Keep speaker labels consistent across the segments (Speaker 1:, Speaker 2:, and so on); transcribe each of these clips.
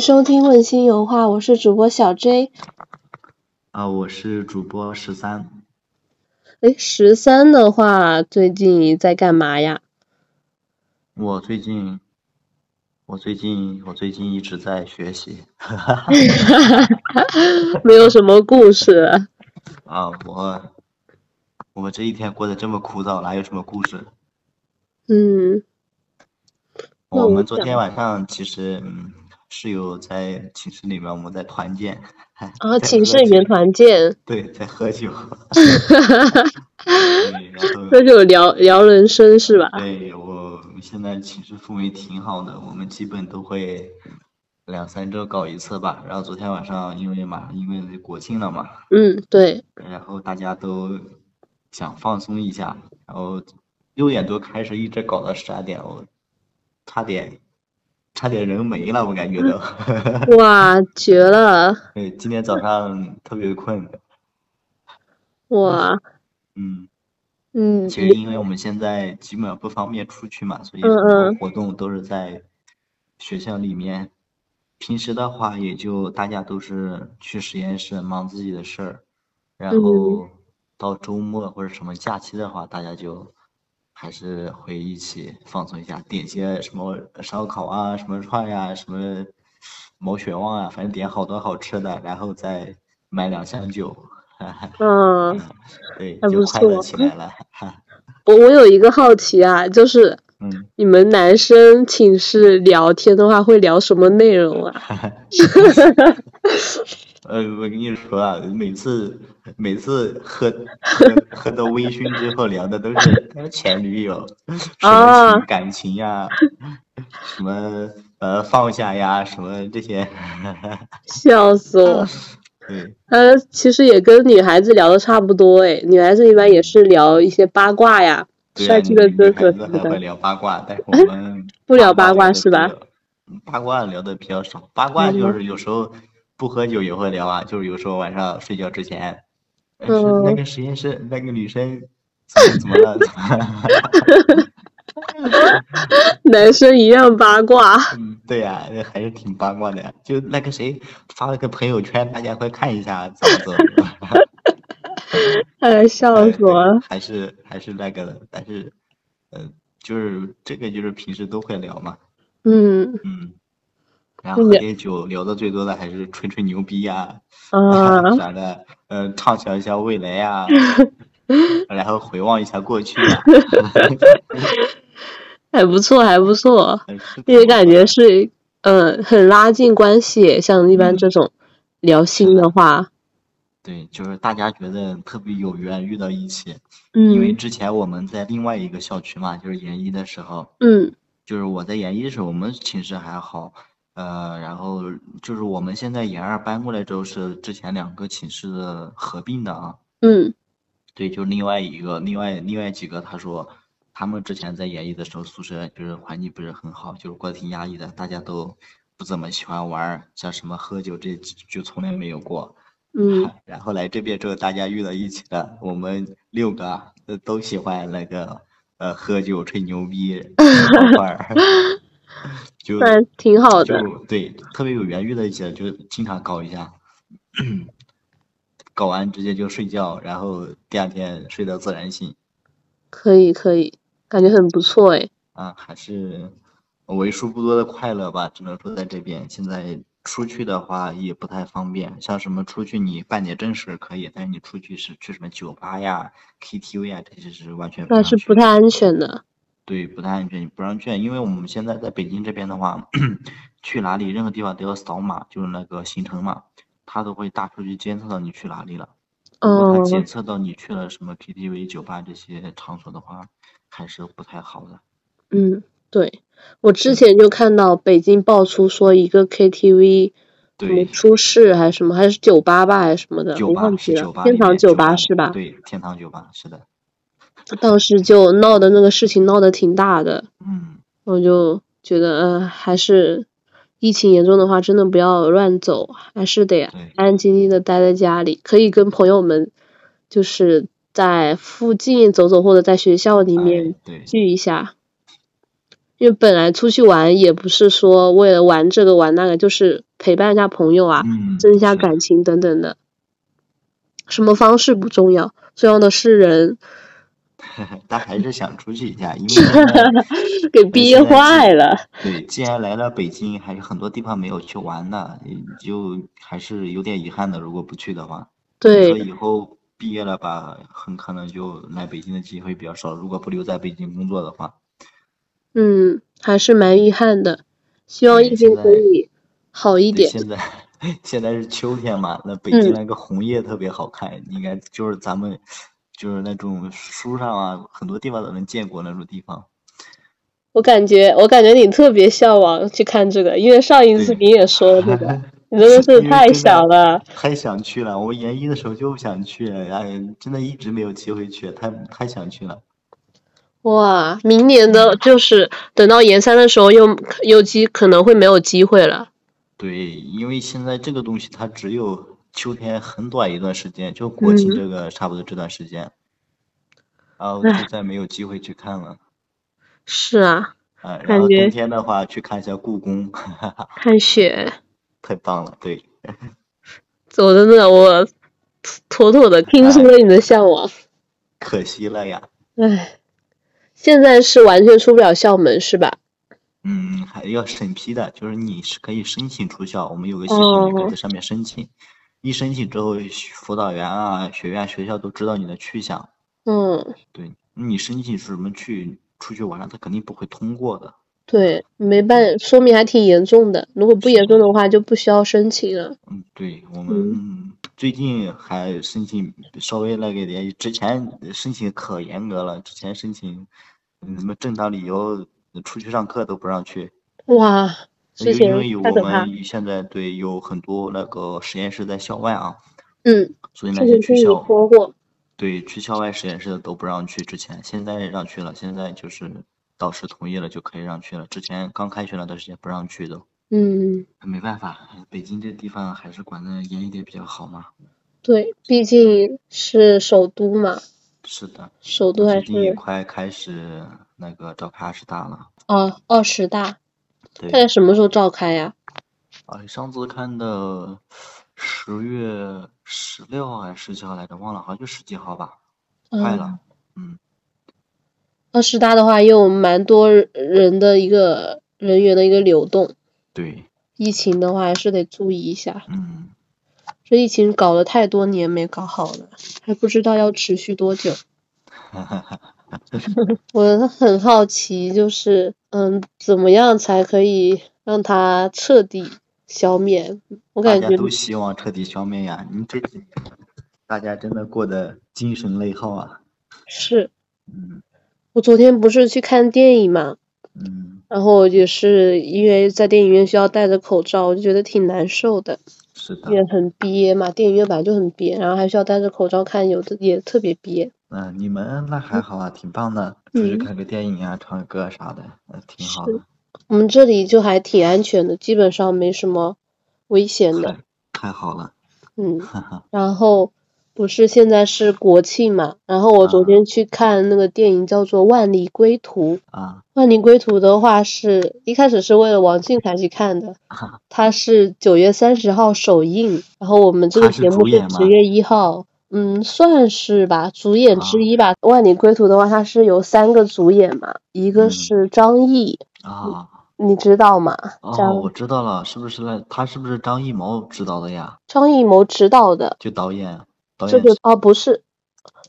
Speaker 1: 收听问心有话，我是主播小 J。
Speaker 2: 啊，我是主播十三。
Speaker 1: 哎，十三的话，最近在干嘛呀？
Speaker 2: 我最近，我最近，我最近一直在学习。
Speaker 1: 没有什么故事。
Speaker 2: 啊，我，我这一天过得这么枯燥，哪有什么故事？
Speaker 1: 嗯，那
Speaker 2: 我
Speaker 1: 我
Speaker 2: 们昨
Speaker 1: 想
Speaker 2: 天晚上其实，嗯，室友在寝室里面，我们在团建，
Speaker 1: 啊，
Speaker 2: 在
Speaker 1: 寝室
Speaker 2: 喝
Speaker 1: 里
Speaker 2: 酒，
Speaker 1: 面团建，
Speaker 2: 对，在喝酒。对，然后，
Speaker 1: 喝酒聊聊人生是吧？
Speaker 2: 对，我们现在寝室氛围挺好的，我们基本都会两三周搞一次吧。然后昨天晚上因为马，因为国庆了嘛。
Speaker 1: 嗯，对，
Speaker 2: 然后大家都想放松一下，然后六点多开始，一直搞到十二点，我差点差点人没了，我感觉都。
Speaker 1: 哇，绝了，
Speaker 2: 对，今天早上特别困，
Speaker 1: 哇，
Speaker 2: 嗯，
Speaker 1: 嗯，
Speaker 2: 其实
Speaker 1: 你，
Speaker 2: 因为我们现在基本不方便出去嘛，所以
Speaker 1: 嗯
Speaker 2: 很多
Speaker 1: 嗯，
Speaker 2: 活动都是在学校里面。平时的话，也就大家都是去实验室忙自己的事儿，然
Speaker 1: 嗯，
Speaker 2: 后到周末或者什么假期的话，大家就还是会一起放松一下，点些什么烧烤啊、什么串呀、什么毛血旺啊，反正点好多好吃的，然后再买两箱酒，
Speaker 1: 啊，
Speaker 2: 对，
Speaker 1: 还
Speaker 2: 就
Speaker 1: 不
Speaker 2: 快乐
Speaker 1: 错。
Speaker 2: 起来了。
Speaker 1: 我我有一个好奇啊，就是
Speaker 2: 嗯，
Speaker 1: 你们男生寝室聊天的话，会聊什么内容啊？
Speaker 2: 呃，我跟你说啊，每次每次喝 喝喝到微醺之后聊的都是前 女友，什么
Speaker 1: 啊，
Speaker 2: 情感情呀，什么呃放下呀，什么这些，
Speaker 1: 笑死我！
Speaker 2: 对，
Speaker 1: 呃，其实也跟女孩子聊的差不多诶，女孩子一般也
Speaker 2: 嗯，
Speaker 1: 是聊一些八卦呀、
Speaker 2: 对
Speaker 1: 帅
Speaker 2: 啊，
Speaker 1: 气的
Speaker 2: 女女
Speaker 1: 哥
Speaker 2: 孩
Speaker 1: 哥
Speaker 2: 子
Speaker 1: 什么
Speaker 2: 还会
Speaker 1: 的，哎
Speaker 2: 聊八卦，但是我们
Speaker 1: 不
Speaker 2: 八
Speaker 1: 聊
Speaker 2: 卦
Speaker 1: 八
Speaker 2: 聊
Speaker 1: 卦
Speaker 2: 的
Speaker 1: 是
Speaker 2: 比
Speaker 1: 吧？
Speaker 2: 较，八卦聊的比较少，八卦就
Speaker 1: 嗯
Speaker 2: 是有时候不喝酒也会聊啊，就是有时候晚上睡觉之前。呃是 那
Speaker 1: 嗯，
Speaker 2: 个实验室那个女生怎么怎么了？怎么了？
Speaker 1: 男生一样八卦。
Speaker 2: 嗯，对呀，那还是挺八卦的呀。就那个谁发了个朋友圈，大家快看一下，怎么 怎么了？
Speaker 1: 哎，笑
Speaker 2: 对
Speaker 1: 死我
Speaker 2: 对，
Speaker 1: 了！
Speaker 2: 还是还是那个的，但是呃，就是这个就是平时都会聊嘛，
Speaker 1: 嗯，
Speaker 2: 嗯，然后
Speaker 1: 那
Speaker 2: 喝
Speaker 1: 你
Speaker 2: 点酒，聊的最多的还是吹吹牛逼呀，
Speaker 1: 啊，
Speaker 2: 啥的，呃，畅想一下未来 呀，然后回望一下过去呀，
Speaker 1: 还不错，还不错，
Speaker 2: 还是挺
Speaker 1: 也
Speaker 2: 不
Speaker 1: 感
Speaker 2: 错
Speaker 1: 觉
Speaker 2: 的，
Speaker 1: 是，嗯，很拉近关系。像一般
Speaker 2: 嗯，
Speaker 1: 这种聊
Speaker 2: 是
Speaker 1: 心的
Speaker 2: 的。
Speaker 1: 话，
Speaker 2: 对，就是大家觉得特别有缘遇到一起，因为
Speaker 1: 嗯
Speaker 2: 之前我们在另外一个校区嘛，就是研一的时候，
Speaker 1: 嗯
Speaker 2: 就是我在研一的时候，我们寝室还好，呃，然后就是我们现在研二搬过来之后是之前两个寝室的合并的啊，
Speaker 1: 嗯
Speaker 2: 对，就另外一个，另外另外几个，他说他们之前在研一的时候，宿舍就是环境不是很好，就是过得挺压抑的，大家都不怎么喜欢玩儿，像什么喝酒这就从来没有过。
Speaker 1: 嗯，
Speaker 2: 然后来这边之后，大家遇到一起了，我们六个啊呃都喜欢那个呃喝酒、吹牛逼、搞 范儿，就
Speaker 1: 那挺好的。
Speaker 2: 就对，特别有缘遇到一起了，就经常搞一下，搞完直接就睡觉，然后第二天睡到自然醒
Speaker 1: 可以可以，感觉很不错诶。
Speaker 2: 啊，还是为数不多的快乐吧，只能说在这边现在。出去的话也不太方便，像什么出去你办点正事可以，但是你出去是去什么酒吧呀、KTV 呀，这些是完全不
Speaker 1: 那
Speaker 2: 让
Speaker 1: 是不
Speaker 2: 去
Speaker 1: 太
Speaker 2: 的。
Speaker 1: 安全的。
Speaker 2: 对，不太安全，不让券，因为我们现在在北京这边的话， 去哪里任何地方都要扫码，就是那个行程码，它都会大数据监测到你去哪里了。如果它
Speaker 1: 嗯，
Speaker 2: 检测到你去了什么 KTV、酒吧这些场所的话，还是不太好的。
Speaker 1: 嗯，对，我之
Speaker 2: 嗯，
Speaker 1: 前就看到北京爆出说一个 KTV 什么
Speaker 2: 对，
Speaker 1: 出事还是什么，还是酒吧吧还是什么的，
Speaker 2: 酒
Speaker 1: 我忘
Speaker 2: 吧
Speaker 1: 记
Speaker 2: 是
Speaker 1: 了，
Speaker 2: 酒吧
Speaker 1: 天
Speaker 2: 里
Speaker 1: 堂
Speaker 2: 面，
Speaker 1: 酒
Speaker 2: 酒
Speaker 1: 吧
Speaker 2: 吧
Speaker 1: 是吧？
Speaker 2: 对，天堂酒吧是的，
Speaker 1: 当时就闹的那个事情闹得挺大的，
Speaker 2: 嗯，
Speaker 1: 我就觉得，呃，还是疫情严重的话，真的不要乱走，还是得安
Speaker 2: 对，
Speaker 1: 安静静的待在家里，可以跟朋友们就是在附近走走，或者在学校里面
Speaker 2: 哎，对，
Speaker 1: 聚一下。因为本来出去玩也不是说为了玩这个玩那个，就是陪伴一下朋友啊，
Speaker 2: 嗯，
Speaker 1: 增加
Speaker 2: 是
Speaker 1: 感情等等的。什么方式不重要，重要的是人
Speaker 2: 但还是想出去一下，因为现在
Speaker 1: 给憋坏了。
Speaker 2: 对，既然来了北京，还有很多地方没有去玩的，你就还是有点遗憾的。如果不去的话，所
Speaker 1: 对
Speaker 2: 以以后毕业了吧，很可能就来北京的机会比较少。如果不留在北京工作的话，
Speaker 1: 嗯，还是蛮遗憾的。希望
Speaker 2: 对
Speaker 1: 疫情
Speaker 2: 现在
Speaker 1: 可以好一
Speaker 2: 对，
Speaker 1: 点。
Speaker 2: 现在现在是秋天嘛，那北
Speaker 1: 嗯
Speaker 2: 京那个红叶特别好看，应该就是咱们就是那种书上啊，很多地方都能见过那种地方。
Speaker 1: 我感觉，我感觉你特别向往去看这个，因为上一次
Speaker 2: 对，
Speaker 1: 你也说这个， 你真的是
Speaker 2: 因为
Speaker 1: 太
Speaker 2: 真
Speaker 1: 想
Speaker 2: 的
Speaker 1: 了。
Speaker 2: 太想去了，我研一的时候就想去，哎，真的一直没有机会去，太太想去了。
Speaker 1: 哇，明年的
Speaker 2: 嗯，
Speaker 1: 就是等到研三的时候又又机可能会没有机会了。
Speaker 2: 对，因为现在这个东西它只有秋天很短一段时间，就国庆
Speaker 1: 嗯，
Speaker 2: 这个差不多这段时间，然后就
Speaker 1: 唉，
Speaker 2: 再没有机会去看了。
Speaker 1: 是啊，
Speaker 2: 啊，然
Speaker 1: 感
Speaker 2: 后冬
Speaker 1: 觉
Speaker 2: 天的话去看一下故宫，哈哈，
Speaker 1: 看雪，
Speaker 2: 太棒了。对，
Speaker 1: 我真的我妥妥的听出
Speaker 2: 哎，
Speaker 1: 了你的向往。
Speaker 2: 可惜了呀。
Speaker 1: 唉，现在是完全出不了校门是吧？
Speaker 2: 嗯，还要审批的，就是你是可以申请出校，我们有个系统，你可以
Speaker 1: 哦，
Speaker 2: 在上面申请。一申请之后，学辅导员啊、学院、学校都知道你的去向。
Speaker 1: 嗯，
Speaker 2: 对，你申请什么去出去玩了，他肯定不会通过的。
Speaker 1: 对，没
Speaker 2: 对，
Speaker 1: 办，说明还挺严重的。如果不
Speaker 2: 是
Speaker 1: 严重
Speaker 2: 的，
Speaker 1: 的话，就不需要申请了。
Speaker 2: 嗯，对，我
Speaker 1: 嗯，
Speaker 2: 们最近还申请稍微那个一点，之前申请可严格了，之前申请嗯什么正当理由出去上课都不让去。
Speaker 1: 哇，之
Speaker 2: 那就因
Speaker 1: 前
Speaker 2: 为有
Speaker 1: 太
Speaker 2: 我
Speaker 1: 可怕。
Speaker 2: 们现在对有很多那个实验室在校外啊，
Speaker 1: 嗯，
Speaker 2: 所以
Speaker 1: 之
Speaker 2: 那些
Speaker 1: 前
Speaker 2: 去
Speaker 1: 听你
Speaker 2: 校
Speaker 1: 说过。
Speaker 2: 对去校外实验室的都不让去，之前现在让去了，现在就是导师同意了就可以让去了，之前刚开学那段时间不让去的，
Speaker 1: 嗯，
Speaker 2: 没办法，北京这地方还是管得严一点比较好嘛。
Speaker 1: 对，毕
Speaker 2: 对，
Speaker 1: 竟是首都嘛，
Speaker 2: 是的，
Speaker 1: 首
Speaker 2: 那
Speaker 1: 都还
Speaker 2: 最近也
Speaker 1: 是
Speaker 2: 快开始那个召开二十大了，
Speaker 1: 啊，二十大，大
Speaker 2: 对。
Speaker 1: 概什么时候召开呀？
Speaker 2: 啊，上次看的十月十六号还是十几号来着，忘了，好像就十几号吧，快了。
Speaker 1: 嗯，
Speaker 2: 嗯，
Speaker 1: 二十大的话，也有蛮多人的一个人员的一个流动，
Speaker 2: 对，
Speaker 1: 疫情的话还是得注意一下。
Speaker 2: 嗯，
Speaker 1: 这疫情搞了太多年没搞好了，还不知道要持续多 久。我很好奇，就是嗯，怎么样才可以让它彻底消灭？我
Speaker 2: 大
Speaker 1: 感
Speaker 2: 家
Speaker 1: 觉，
Speaker 2: 都希望彻底消灭呀。你这几年大家真的过得精神内耗啊。
Speaker 1: 是，
Speaker 2: 嗯
Speaker 1: 我昨天不是去看电影嘛，
Speaker 2: 嗯，
Speaker 1: 然后也是因为在电影院需要戴着口罩，我就觉得挺难受的，
Speaker 2: 是
Speaker 1: 也
Speaker 2: 的。
Speaker 1: 很憋嘛。电影院本来就很憋，然后还需要戴着口罩看，有的也特别憋。
Speaker 2: 嗯、你们那还好啊，挺棒的，出去
Speaker 1: 嗯，
Speaker 2: 看个电影啊，唱个歌啥的，呃，挺好
Speaker 1: 是
Speaker 2: 的。
Speaker 1: 我们这里就还挺安全的，基本上没什么危险的。
Speaker 2: 太太好了，
Speaker 1: 嗯，
Speaker 2: 哈哈。
Speaker 1: 然后不是现在是国庆嘛，然后我昨
Speaker 2: 啊
Speaker 1: 天去看那个电影叫做《万里归途》。
Speaker 2: 啊
Speaker 1: 《万里归途》的话是一开始是为了王俊凯去看的，
Speaker 2: 啊！
Speaker 1: 它是九月三十号首映，然后我们这个
Speaker 2: 他是
Speaker 1: 节目
Speaker 2: 主
Speaker 1: 是
Speaker 2: 演
Speaker 1: 十
Speaker 2: 吗？
Speaker 1: 月一号，嗯，算是吧，主演之
Speaker 2: 啊，
Speaker 1: 一吧。《万里归途》的话，它是有三个主演嘛，一个
Speaker 2: 嗯
Speaker 1: 是张译，嗯
Speaker 2: 啊。
Speaker 1: 你知道吗？
Speaker 2: 哦，
Speaker 1: 张
Speaker 2: 我知道了，是不是那他是不是张艺谋执导的呀？
Speaker 1: 张艺谋执导的
Speaker 2: 就导演，导
Speaker 1: 这
Speaker 2: 演
Speaker 1: 个
Speaker 2: 是
Speaker 1: 哦，不是，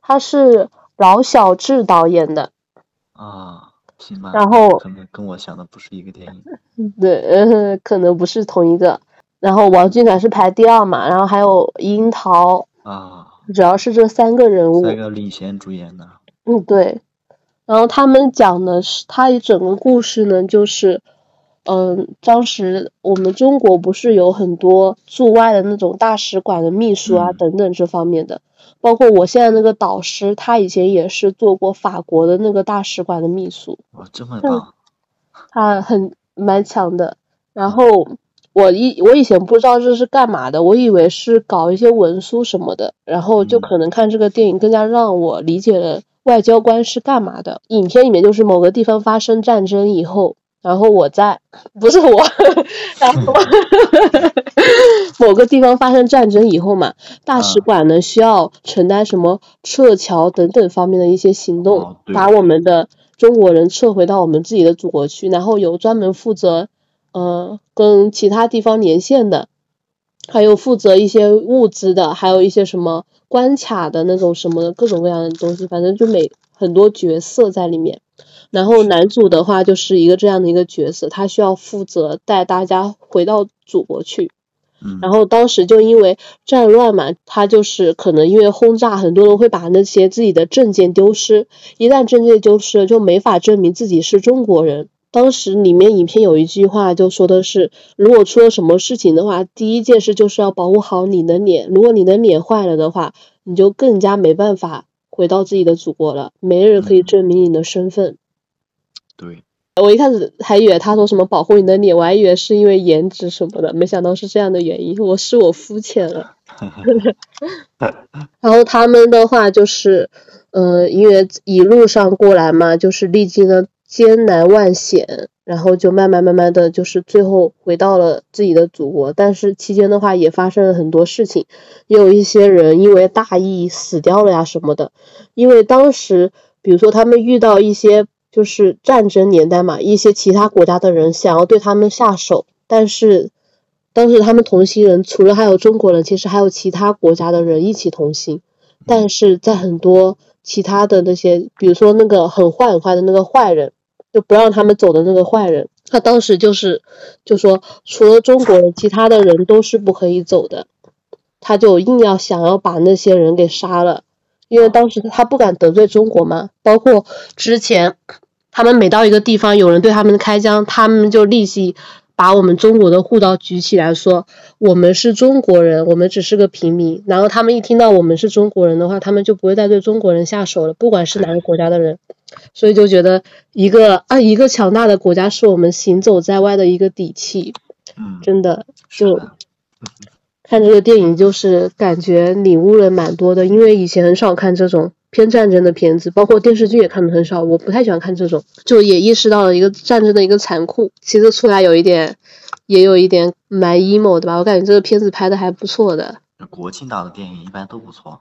Speaker 1: 他是饶晓志导演的，
Speaker 2: 啊，行吧，
Speaker 1: 然
Speaker 2: 那
Speaker 1: 后
Speaker 2: 可能跟我想的不是一个电影。
Speaker 1: 对， 呃，可能不是同一个。然后王俊凯是排第二嘛，然后还有樱桃，
Speaker 2: 啊，
Speaker 1: 主要是这三个人
Speaker 2: 三
Speaker 1: 物。
Speaker 2: 个领衔主演的，
Speaker 1: 嗯，对。然后他们讲的是，他一整个故事呢，就是，嗯，当时我们中国不是有很多驻外的那种大使馆的秘书啊
Speaker 2: 嗯，
Speaker 1: 等等这方面的，包括我现在那个导师，他以前也是做过法国的那个大使馆的秘书。
Speaker 2: 哇，这么
Speaker 1: 嗯
Speaker 2: 棒
Speaker 1: 他很蛮强的。然
Speaker 2: 啊！
Speaker 1: 后我以我以前不知道这是干嘛的，我以为是搞一些文书什么的，然后就
Speaker 2: 嗯
Speaker 1: 可能看这个电影更加让我理解了外交官是干嘛的。影片里面就是某个地方发生战争以后。然后我在不是我， 然后某个地方发生战争以后嘛，大使馆呢需要承担什么撤侨等等方面的一些行动，
Speaker 2: 哦对
Speaker 1: 把我们的中国人撤回到我们自己的祖国去，然后有专门负责呃跟其他地方连线的，还有负责一些物资的，还有一些什么关卡的那种什么的各种各样的东西，反正就每很多角色在里面。然后男主的话就是一个这样的一个角色，他需要负责带大家回到祖国去。
Speaker 2: 嗯，
Speaker 1: 然后当时就因为战乱嘛，他就是可能因为轰炸，很多人会把那些自己的证件丢失，一旦证件丢失了，就没法证明自己是中国人。当时里面影片有一句话就说的是，如果出了什么事情的话，第一件事就是要保护好你的脸，如果你的脸坏了的话，你就更加没办法回到自己的祖国了，没人可以
Speaker 2: 嗯
Speaker 1: 证明你的身份。
Speaker 2: 对，
Speaker 1: 我一开始还以为他说什么保护你的脸，我还以为是因为颜值什么的，没想到是这样的原因。我是我肤浅了。 然后他们的话就是，呃，因为一路上过来嘛，就是历经了艰难万险，然后就慢慢慢慢的就是最后回到了自己的祖国。但是期间的话也发生了很多事情，也有一些人因为大意死掉了呀什么的。因为当时，比如说他们遇到一些就是战争年代嘛，一些其他国家的人想要对他们下手，但是当时他们同行人除了还有中国人，其实还有其他国家的人一起同行，但是在很多其他的那些，比如说那个很坏很坏的那个坏人，就不让他们走的那个坏人，他当时就是就说除了中国人，其他的人都是不可以走的。他就硬要想要把那些人给杀了，因为当时他不敢得罪中国嘛，包括之前他们每到一个地方有人对他们开枪，他们就立即把我们中国的护照举起来说我们是中国人，我们只是个平民。然后他们一听到我们是中国人的话，他们就不会再对中国人下手了，不管是哪个国家的人。所以就觉得一个啊一个强大的国家是我们行走在外的一个底气，
Speaker 2: 嗯，
Speaker 1: 真的
Speaker 2: 是
Speaker 1: 就
Speaker 2: 的，
Speaker 1: 看这个电影就是感觉领悟了蛮多的，因为以前很少看这种偏战争的片子，包括电视剧也看的很少，我不太喜欢看这种，就也意识到了一个战争的一个残酷。其实出来有一点，也有一点蛮 emo 的吧，我感觉这个片子拍的还不错的，
Speaker 2: 国庆档的电影一般都不错。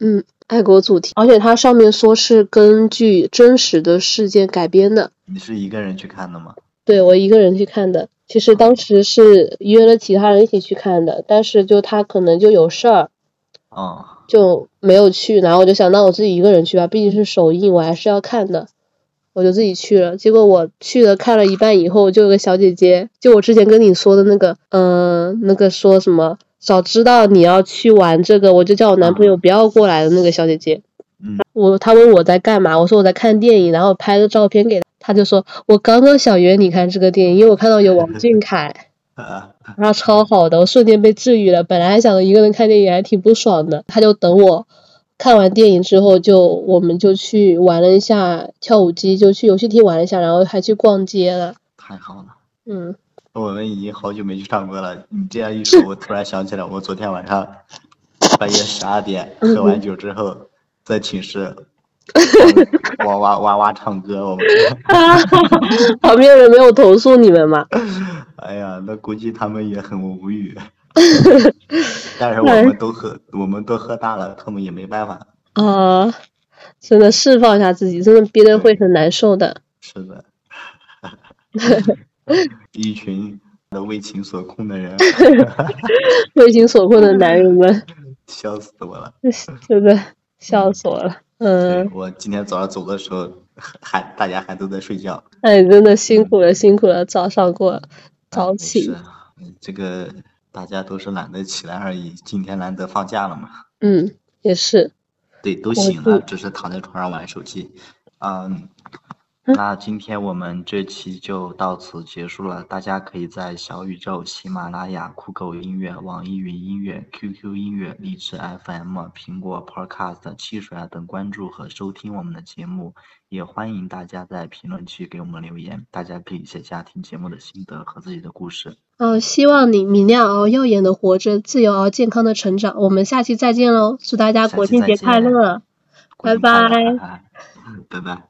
Speaker 1: 嗯，爱国主题，而且它上面说是根据真实的事件改编的，
Speaker 2: 你是一个人去看的吗？
Speaker 1: 对我一个人去看的。其实当时是约了其他人一起去看的，但是就他可能就有事儿，
Speaker 2: 嗯，
Speaker 1: 就没有去，然后我就想，那我自己一个人去吧，毕竟是首映，我还是要看的，我就自己去了。结果我去了，看了一半以后，就有个小姐姐，就我之前跟你说的那个，嗯、那个说什么，早知道你要去玩这个，我就叫我男朋友不要过来的那个小姐姐。
Speaker 2: 嗯
Speaker 1: 我她问我在干嘛，我说我在看电影，然后拍了照片给她，她就说我刚刚想约你看这个电影，因为我看到有王俊凯。
Speaker 2: 啊，
Speaker 1: 他超好的，我瞬间被治愈了。本来还想着一个人看电影还挺不爽的，他就等我看完电影之后就，我们就去玩了一下跳舞机，就去游戏厅玩了一下，然后还去逛街了。
Speaker 2: 太好了。
Speaker 1: 嗯，
Speaker 2: 我们已经好久没去唱歌了。你这样一说，我突然想起来，我昨天晚上半夜十二点喝完酒之后，在寝 室哇哇哇哇唱歌，我们，
Speaker 1: 旁边人没有投诉你们吗？
Speaker 2: 哎呀，那估计他们也很无 语。但是我们都喝，我们都喝大了，他们也没办法。
Speaker 1: 啊、真的释放一下自己，真的憋得会很难受的。
Speaker 2: 是 的，一群为情所控的 人，
Speaker 1: 为情所困的男人们，
Speaker 2: 笑死我了。
Speaker 1: 真的笑死我了。嗯
Speaker 2: 对，我今天早上走的时候，还大家还都在睡觉。
Speaker 1: 那你哎真的辛苦了，辛苦了，早上过
Speaker 2: 啊
Speaker 1: 早
Speaker 2: 没
Speaker 1: 起
Speaker 2: 事。嗯这个大家都是懒得起来而已。今天难得放假了嘛，
Speaker 1: 嗯，也是。
Speaker 2: 对，都
Speaker 1: 我
Speaker 2: 醒了，
Speaker 1: 是
Speaker 2: 只是躺在床上玩手机。嗯，那今天我们这期就到此结束了。大家可以在小宇宙、喜马拉雅、酷狗音乐、网易云音乐、QQ 音乐、荔枝 FM、苹果 Podcast、汽水啊等关注和收听我们的节目。也欢迎大家在评论区给我们留言，大家可以写下听节目的心得和自己的故事。
Speaker 1: 嗯、希望你明亮而耀眼的活着，自由而健康的成长。我们下期再见喽！祝大家
Speaker 2: 下
Speaker 1: 国
Speaker 2: 期
Speaker 1: 庆
Speaker 2: 再
Speaker 1: 节快
Speaker 2: 见
Speaker 1: 乐，
Speaker 2: 国
Speaker 1: 拜
Speaker 2: 庆快乐
Speaker 1: 拜。
Speaker 2: 嗯拜拜。